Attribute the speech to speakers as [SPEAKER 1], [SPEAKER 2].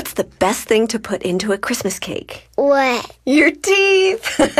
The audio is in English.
[SPEAKER 1] What's the best thing to put into a Christmas cake?
[SPEAKER 2] What?
[SPEAKER 1] Your teeth!